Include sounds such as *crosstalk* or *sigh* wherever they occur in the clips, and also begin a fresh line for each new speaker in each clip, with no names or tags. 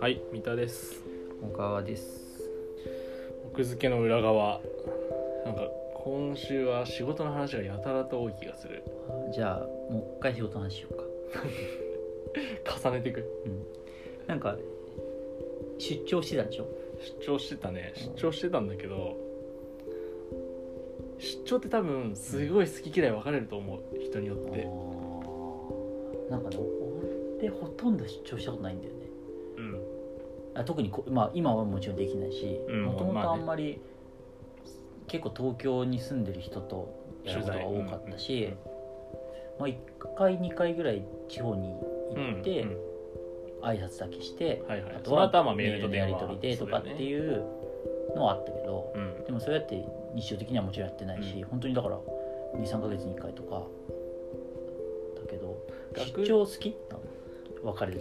はい三田です
小川です
奥付けの裏側なんか今週は仕事の話がやたらと多い気がする
じゃあもう一回仕事の話しようか、
重ねていく
うん、なんか出張してたんでしょ
出張してたね出張してたんだけど出張って多分すごい好き嫌い分かれると思う人によって
あーなんかね俺ほとんど出張したことないんだよね
うん
あ特にこ、まあ、今はもちろんできないし
うん
もとも
まあね
とあんまり、結構東京に住んでる人とやることが多かったし、まあ、1回2回ぐらい地方に行って、
うん
挨拶だけして、
はいはい
あと
その
は
後はまあメ
メ
ール
ール
と
の
電
や
話
り取りでとかっていうのはあったけど、
うんうん
でもそれやって日常的にはもちろんやってないし、
う
本当にだから23か月に1回とかだけど
学
出張好きなの別れる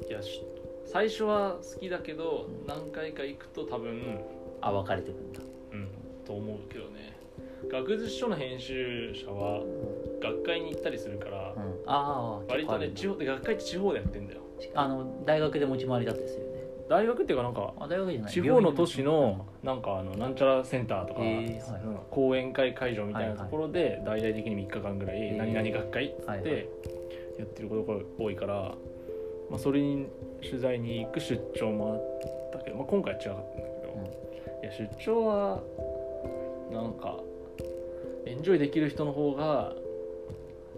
って
いやし最初は好きだけど何回か行くと多分
あ別れてくんだ
うんと思うけどね学術書の編集者は学会に行ったりするから
うん、ああ
割とね
結
地
構
方で学会って地方でやってんだよ
あるんだあの大学で持ち回りだったですよね
大学っていうかなんか
あ大学じゃない
地方の都市のなんかあのなんちゃらセンターとか、
へーはい
うん講演会会場みたいなところで大々的に3日間ぐらい
ー
何々学会っつ
はい
っ
はい
てやってることが多いから、まあ、それに取材に行く出張もあったけど、まあ、今回は違かったんだけど、いや出張はなんかエンジョイできる人の方が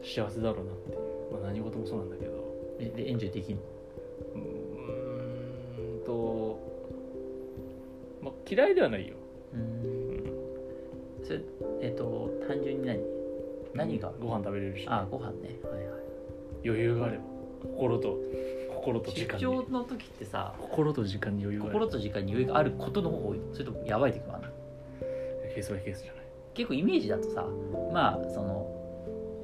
幸せだろうなっていう、まあ、何事もそうなんだけど。
えでエンジョイできんの
うーんと、まあ、嫌いではないよ、
うん
うん
それえっ、と単純に何何が
ご飯食べれるし
あご飯ねはいはい
余裕があれば心と心と時
出
間
張
に
の時ってさ
心と時間に余裕があれば
心と時間に余裕があることの方が多いそれともやばい時もある
ケースバイケースじゃない
結構イメージだとさまあその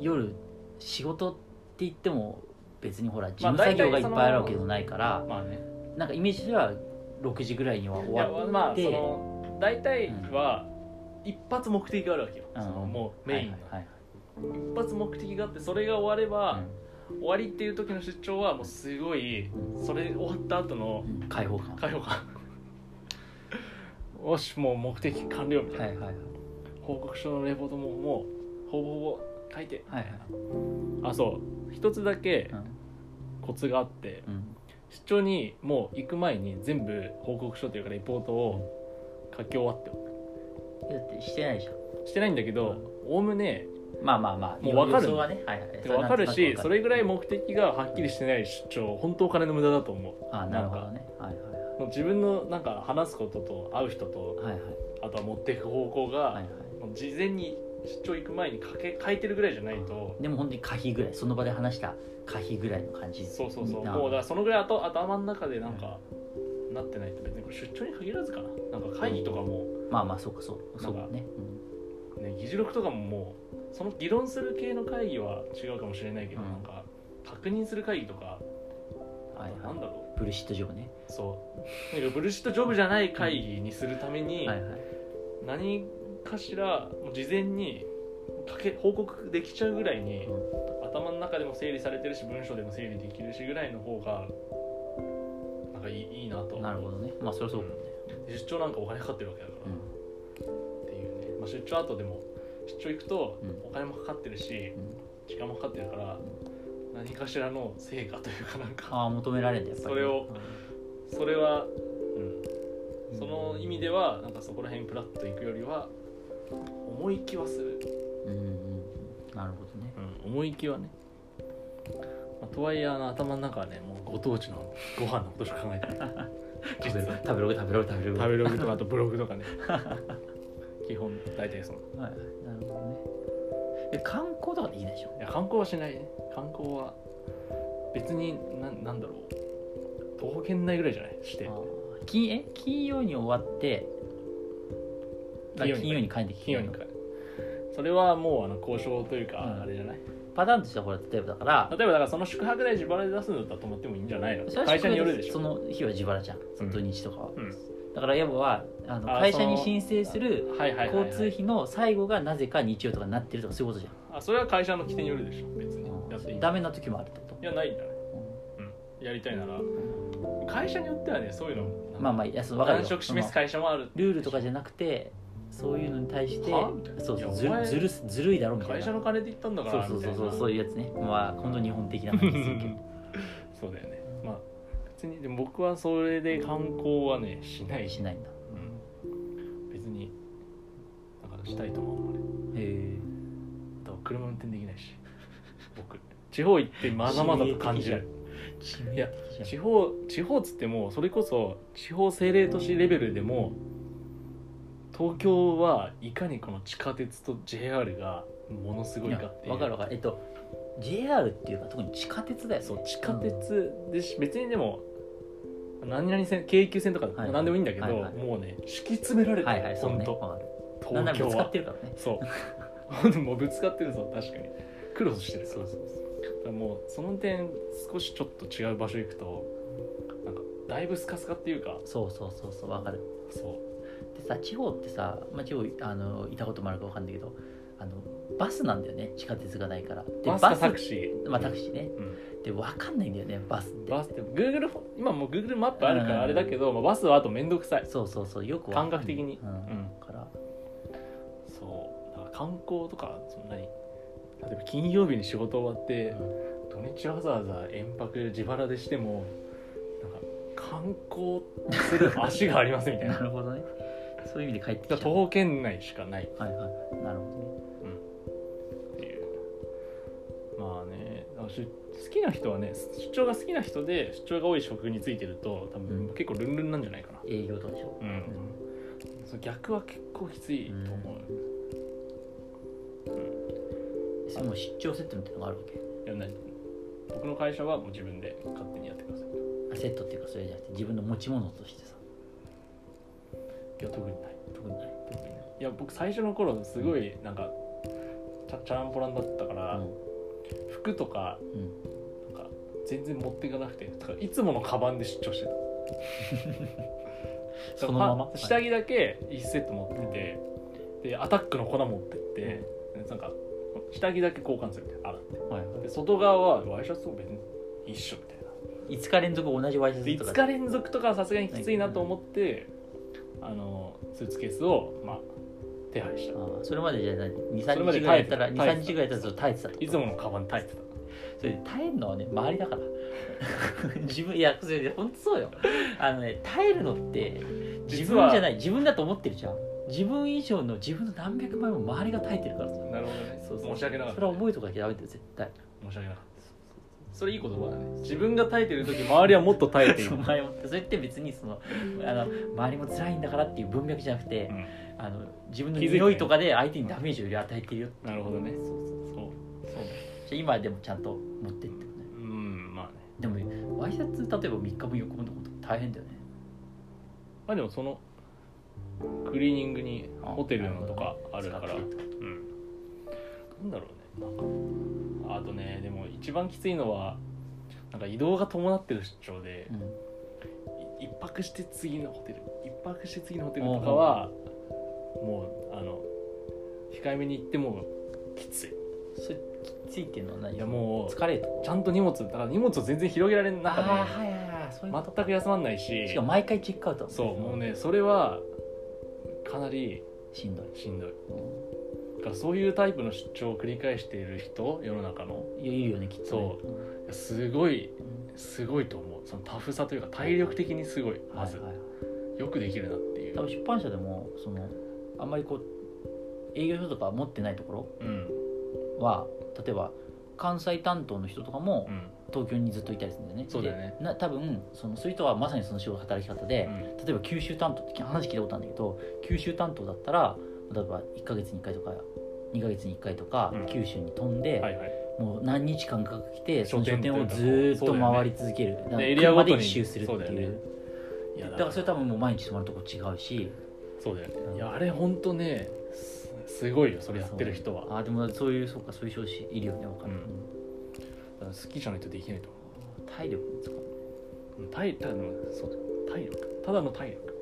夜仕事って言っても別にほら事務作業がいっぱいあるわけでもないから、
まあね
なんかイメージでは6時ぐらいには終
いや
わって
まあその大体は一発目的があるわけよ、
うん
そのもうメインの、
はいはい
一発目的があってそれが終われ
は
ば
い、
終わりっていう時の出張はもうすごいそれ終わった後の
うんうん開放感
帰ろうか *laughs* よしもう目的完了みたいな、
はいはいはい
報告書のレポートももうほぼほぼ書いて
はいはい
あそう一つだけ
うん
コツがあって
うん
出張にもう行く前に全部報告書というかレポートを書き終わってお
いやだってしてないじゃん
くしてないんだけどおおむね
まあまあまあ
もう分かる
予想はねはいはい
分かる
れはなん
し
となくわ
それぐらい目的がはっきりしてない出張本当お金の無駄だと思う
あなるほどねはいはい
もう自分のなんか話すことと会う人と
はいはいはい
あとは持っていく方向が、
はいはい
もう事前に出張行く前に書け書いてるぐらいじゃないと、
でも本当に可否ぐらいその場で話した可否ぐらいの感じ
そうそうそう
な
もうだからそのぐらい頭頭の中でなんか、なってないと別にこれ出張に限らずかななんか会議とかも、
まあまあそうかそうそうだね、
ね、議事録とかももうその議論する系の会議は違うかもしれないけど、
うん
なんか確認する会議とか、
うんはい
な
は
ん
い
だろ
ブルシットジョブね
うそうなんかブルシットジョブじゃない会議にするために
はいはい
何かしらもう事前に書け報告できちゃうぐらいに、
う
頭の中でも整理されてるし文章でも整理できるしぐらいの方がなんかいいいいなと
なるほどねまあそりゃそうかもね、
出張なんかお金かかってるわけだか
う
ら、っていうね、まあ、出張後でも出張行くと
うん
お金もかかってるし
んうん
時間もかかってるから何かしらの成果というかなんか
ああ求められるんだやっぱりね、
それをそれは、う
うん
ん、その意味ではなんかそこら辺プラッと行くよりは思い気はする、
うんうんうんなるほどね
うん、思い気はね、まあ、とはいえあの頭の中はねもうご当地のご飯のことしか考えてない *laughs*
食べ
実
ロ
は
グ食べログ食べログ食べログ
食べログとかあとブログとか *laughs* ね基本大体その
はいなるほどねえ観光とかでいいでしょ
いや観光はしないね観光は別にななんだろう徒歩圏内ぐらいじゃないして
あー金え金曜に終わって
金曜に
金曜に帰ってきて
金曜に帰るそれはもうあの交渉というか、
うん
あれじゃない
パターンとしてはほら例えばだから
例えばだからその宿泊代自腹で出すんだったら泊まってもいいんじゃないの
それは
会社によるでし
そ
ょ
の日は自腹じゃんその土日とかは、
うん
だから要はあの
あ
会社に
その
申請する
はいはいはい、は
交
い、
通費の最後がなぜか日曜とかなってるとかそういうことじ
あそれは会社の規定によるでしょ別に
ゃ
や
ん、
ってい
うん、
い
ダメな時もあるってこ
いやないんだね、うん、やりたいなら会社によってはねそういう
と
の
まあまあ
あ
いやその分かる
難
よ
色示す
その
会社もある
ルールとかじゃなくてそういうのに対して
はみたいな
そう
い
そ
や
うず
お前
るずるすずるいだろみたい
会
な
社の金で行ったんだか
そう
ら
そうそうそうそう
み
いうやつねまあ今度日本的な
たい
感じ
な
するけど
*laughs* そうだよねまあ別にでも僕はそれで観光はねしない
しないんだへ
うん、別にだからしたいとも思われ
え
だから車運転できないし *laughs* 僕地方行ってまだまだと感じるいや地方地方っつってもそれこそ地方政令都市レベルでも東京はいかにこの地下鉄と JR がものすごいかっていう
分かる分かるえっと JR っていうか特に地下鉄だよ
そう地下鉄でし別にでも何々線京急線とか
はい
何でもいいんだけど、
はいはい
もうね敷き詰められて
はい
る、
はいそう
本
ね
当、
わかるなんな
東京
らぶつか
は
ってるからね
そう *laughs* もうぶつかってるぞ確かにクロスしてるそうそうそうもうその点少しちょっと違う場所行くとなんかだいぶスカスカっていうか
そうそうそうそう分かる
そう
でさ地方ってさ、まあ、地方あのいたこともあるか分かんないけどあのバスなんだよね地下鉄がないからで
バスかタクシー
まあタクシーね、
う
で分かんないんだよねバスって
バスって Google フォ今もう Google マップあるか
うん
らあれだけど、まあ、バスはあと面倒くさい
そうそうそうよくわ
感覚的に
うんうん
うん
から
そうだから観光とかそんなに例えば金曜日に仕事終わって、土日わざわざ遠泊自腹でしてもなんか観光する足がありませんみたい *laughs*
な
な
るほどねそういう意味で帰って
だ
き
か
ち
ら
ゃう
徒歩圏内しかないっ
はいはいなるほ
ていうまあねだから出好きな人はね出張が好きな人で出張が多い職についてると多分
うん
結構ルンルンなんじゃないかな
どね営業とかでしょ
うん、そう逆は結構きついと思う、
それも出張セットみたいなのがあるわけ
いやない僕の会社はもう自分で勝手にやってください
あセットっていうかそれじゃなくて自分の持ち物としてさ
いや特にない
特にない
特にないいや僕最初の頃すごいなんかチャチャランポランだったから、服とか
うんうん
なんか全然持っていかなくてだからいつものカバンで出張してた
そのまま
パン下着だけ1セット持ってて、でアタックの粉持ってって、でなんか下着だけ交換するみたいな洗って
はいは
で外側はワイシャツと別に一緒みたいない
5日連続同じワイシャ
で
ツとか
5日連続とかはさすがにきついなと思って、あのスーツケースをまあ手配した
ああそれまでじゃない
それま
23日
で
ぐらいやったら
耐えてた
23日ぐらいやったらずっと耐えてたってこと
いつものカバンに入ってた
それ耐えるのはね周りだから *laughs* 自分いやそれ本当そうよあのね耐えるのって自
実
分
は
じゃない自分だと思ってるじゃん自分以上の自分の何百倍も周りが耐えてるからさ
なるほどね
そうそう
申し訳なかった
それは覚えとかなきゃダメだよ絶対
申し訳なかったそれいい言葉だね自分が耐えてる時周りはもっと耐えている
*laughs* そう前もってそれって別にそのあの周りも辛いんだからっていう文脈じゃなくて、
うん
あの自分の
気づいて
匂いとかで相手にダメージをより与えてるよ
なるほどね
そうそう
そうそう
じゃあ今でもちゃんと持ってってるね
うんまあね
でもワイシャツ例えば3日分4日分とか大変だよね
まあでもそのクリーニングにホテルのとかあるから
使って
うんなんだろうねなんかあとねでも一番きついのはなんか移動が伴ってる出張で
うん
い一泊して次のホテル一泊して次のホテルとかはもうあの控えめに行ってもきつい
それきついっていうのは何
いやもう
疲れと
ちゃんと荷物だから荷物を全然広げられる中で
ああはいはいはいそういうこと
全く休まんないし
しかも毎回チェックアウト
そうもうねそれはかなり
しんどい、
しんどいだからそういうタイプの出張を繰り返している人世の中の
いやいるよねきっとね
そいやすごい
うん
すごいと思うそのタフさというか体力的にすごいまず、
はいはい
よくできるなってい
多
う
分出版社でもそのあんまりこう営業所とか持ってないとこ
うん
ろは例えば関西担当の人とかも
うん
東京にずっといたりするんだよね
そうだよね
でな多分そのそういう人はまさにその仕事働き方で、
うん
例えば九州担当って話聞いたことあるんだけど九州担当だったら例えば1ヶ月に1回とか2ヶ月に1回とか、
うん
九州に飛んで、
はいはい
もう何日間かかけてその書
書店
店を
と
ず
い
ー
う
っ
か
と
そうだよね
回り続ける、
でエリアご
で
とに
一周するって
そうだ
い
よ
う
ねいや
だからそれ多分もう毎日泊まるとこ違うし
そうだよね
うん
いやあれほんとねすすごいよそれやってる人は
ああでもそういうそうかそういう人いるよね分かる、
うんだから好きじゃないとできないと思う
体力も使う
うん体ただのそう体力ただの体力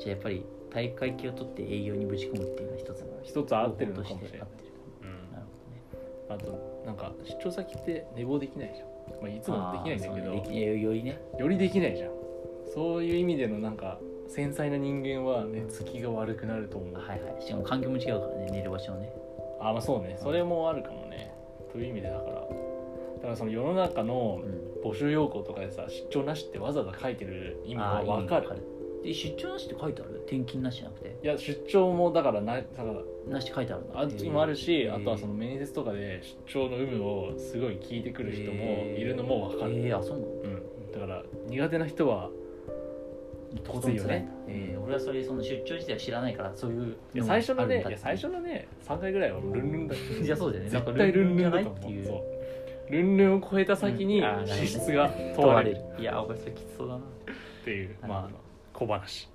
じゃあやっぱり大会系を取って営業にぶち込むっていうのは一つの
一つ合ってるのか
方法
も
と
し
し
れな
て合
い
ってる
うん
なるほどね
あとなんか出張先って寝坊できないじゃん、まあ、いつもできないんだけど、
あーそうねできよよりね
よりできないじゃんそういう意味でのなんか繊細な人間は寝つきが悪くなると思う、
はいはいしかも環境も違うからね寝る場所をね
あまあそうねそれもあるかもねという意味でだからだからその世の中の
うん
募集要項とかでさ出張なしってわざわざ書いてる意味
あ
は
ー意
分
味
かる
で出張なしって書いてある転勤なしじゃなくて
いや出張もだからなだから
なしって書いてあるんだ
あっちもあるし、
へー
あとはその面接とかで出張の有無をすごい聞いてくる人も
へー
いるのも分かる、
えー、あそうなの
うん、だから苦手な人は
とこ
きつ
と
い
ん
よ
つ
ね
らいんだえー俺はそれその出張自体は知らないからそういう
いや最初のねい
ある
や
んだ
最初のね3回ぐらいはルンルンだよ
いやそうだよね
絶対ルンルンだと
って
思
いうう
そうルンルンを超えた先に
うんあーなるほど
資
ね
質が問
問
わ
わ
れ
れ
る
るいや俺それきつそうだな
っていう
なるほど
まあ小話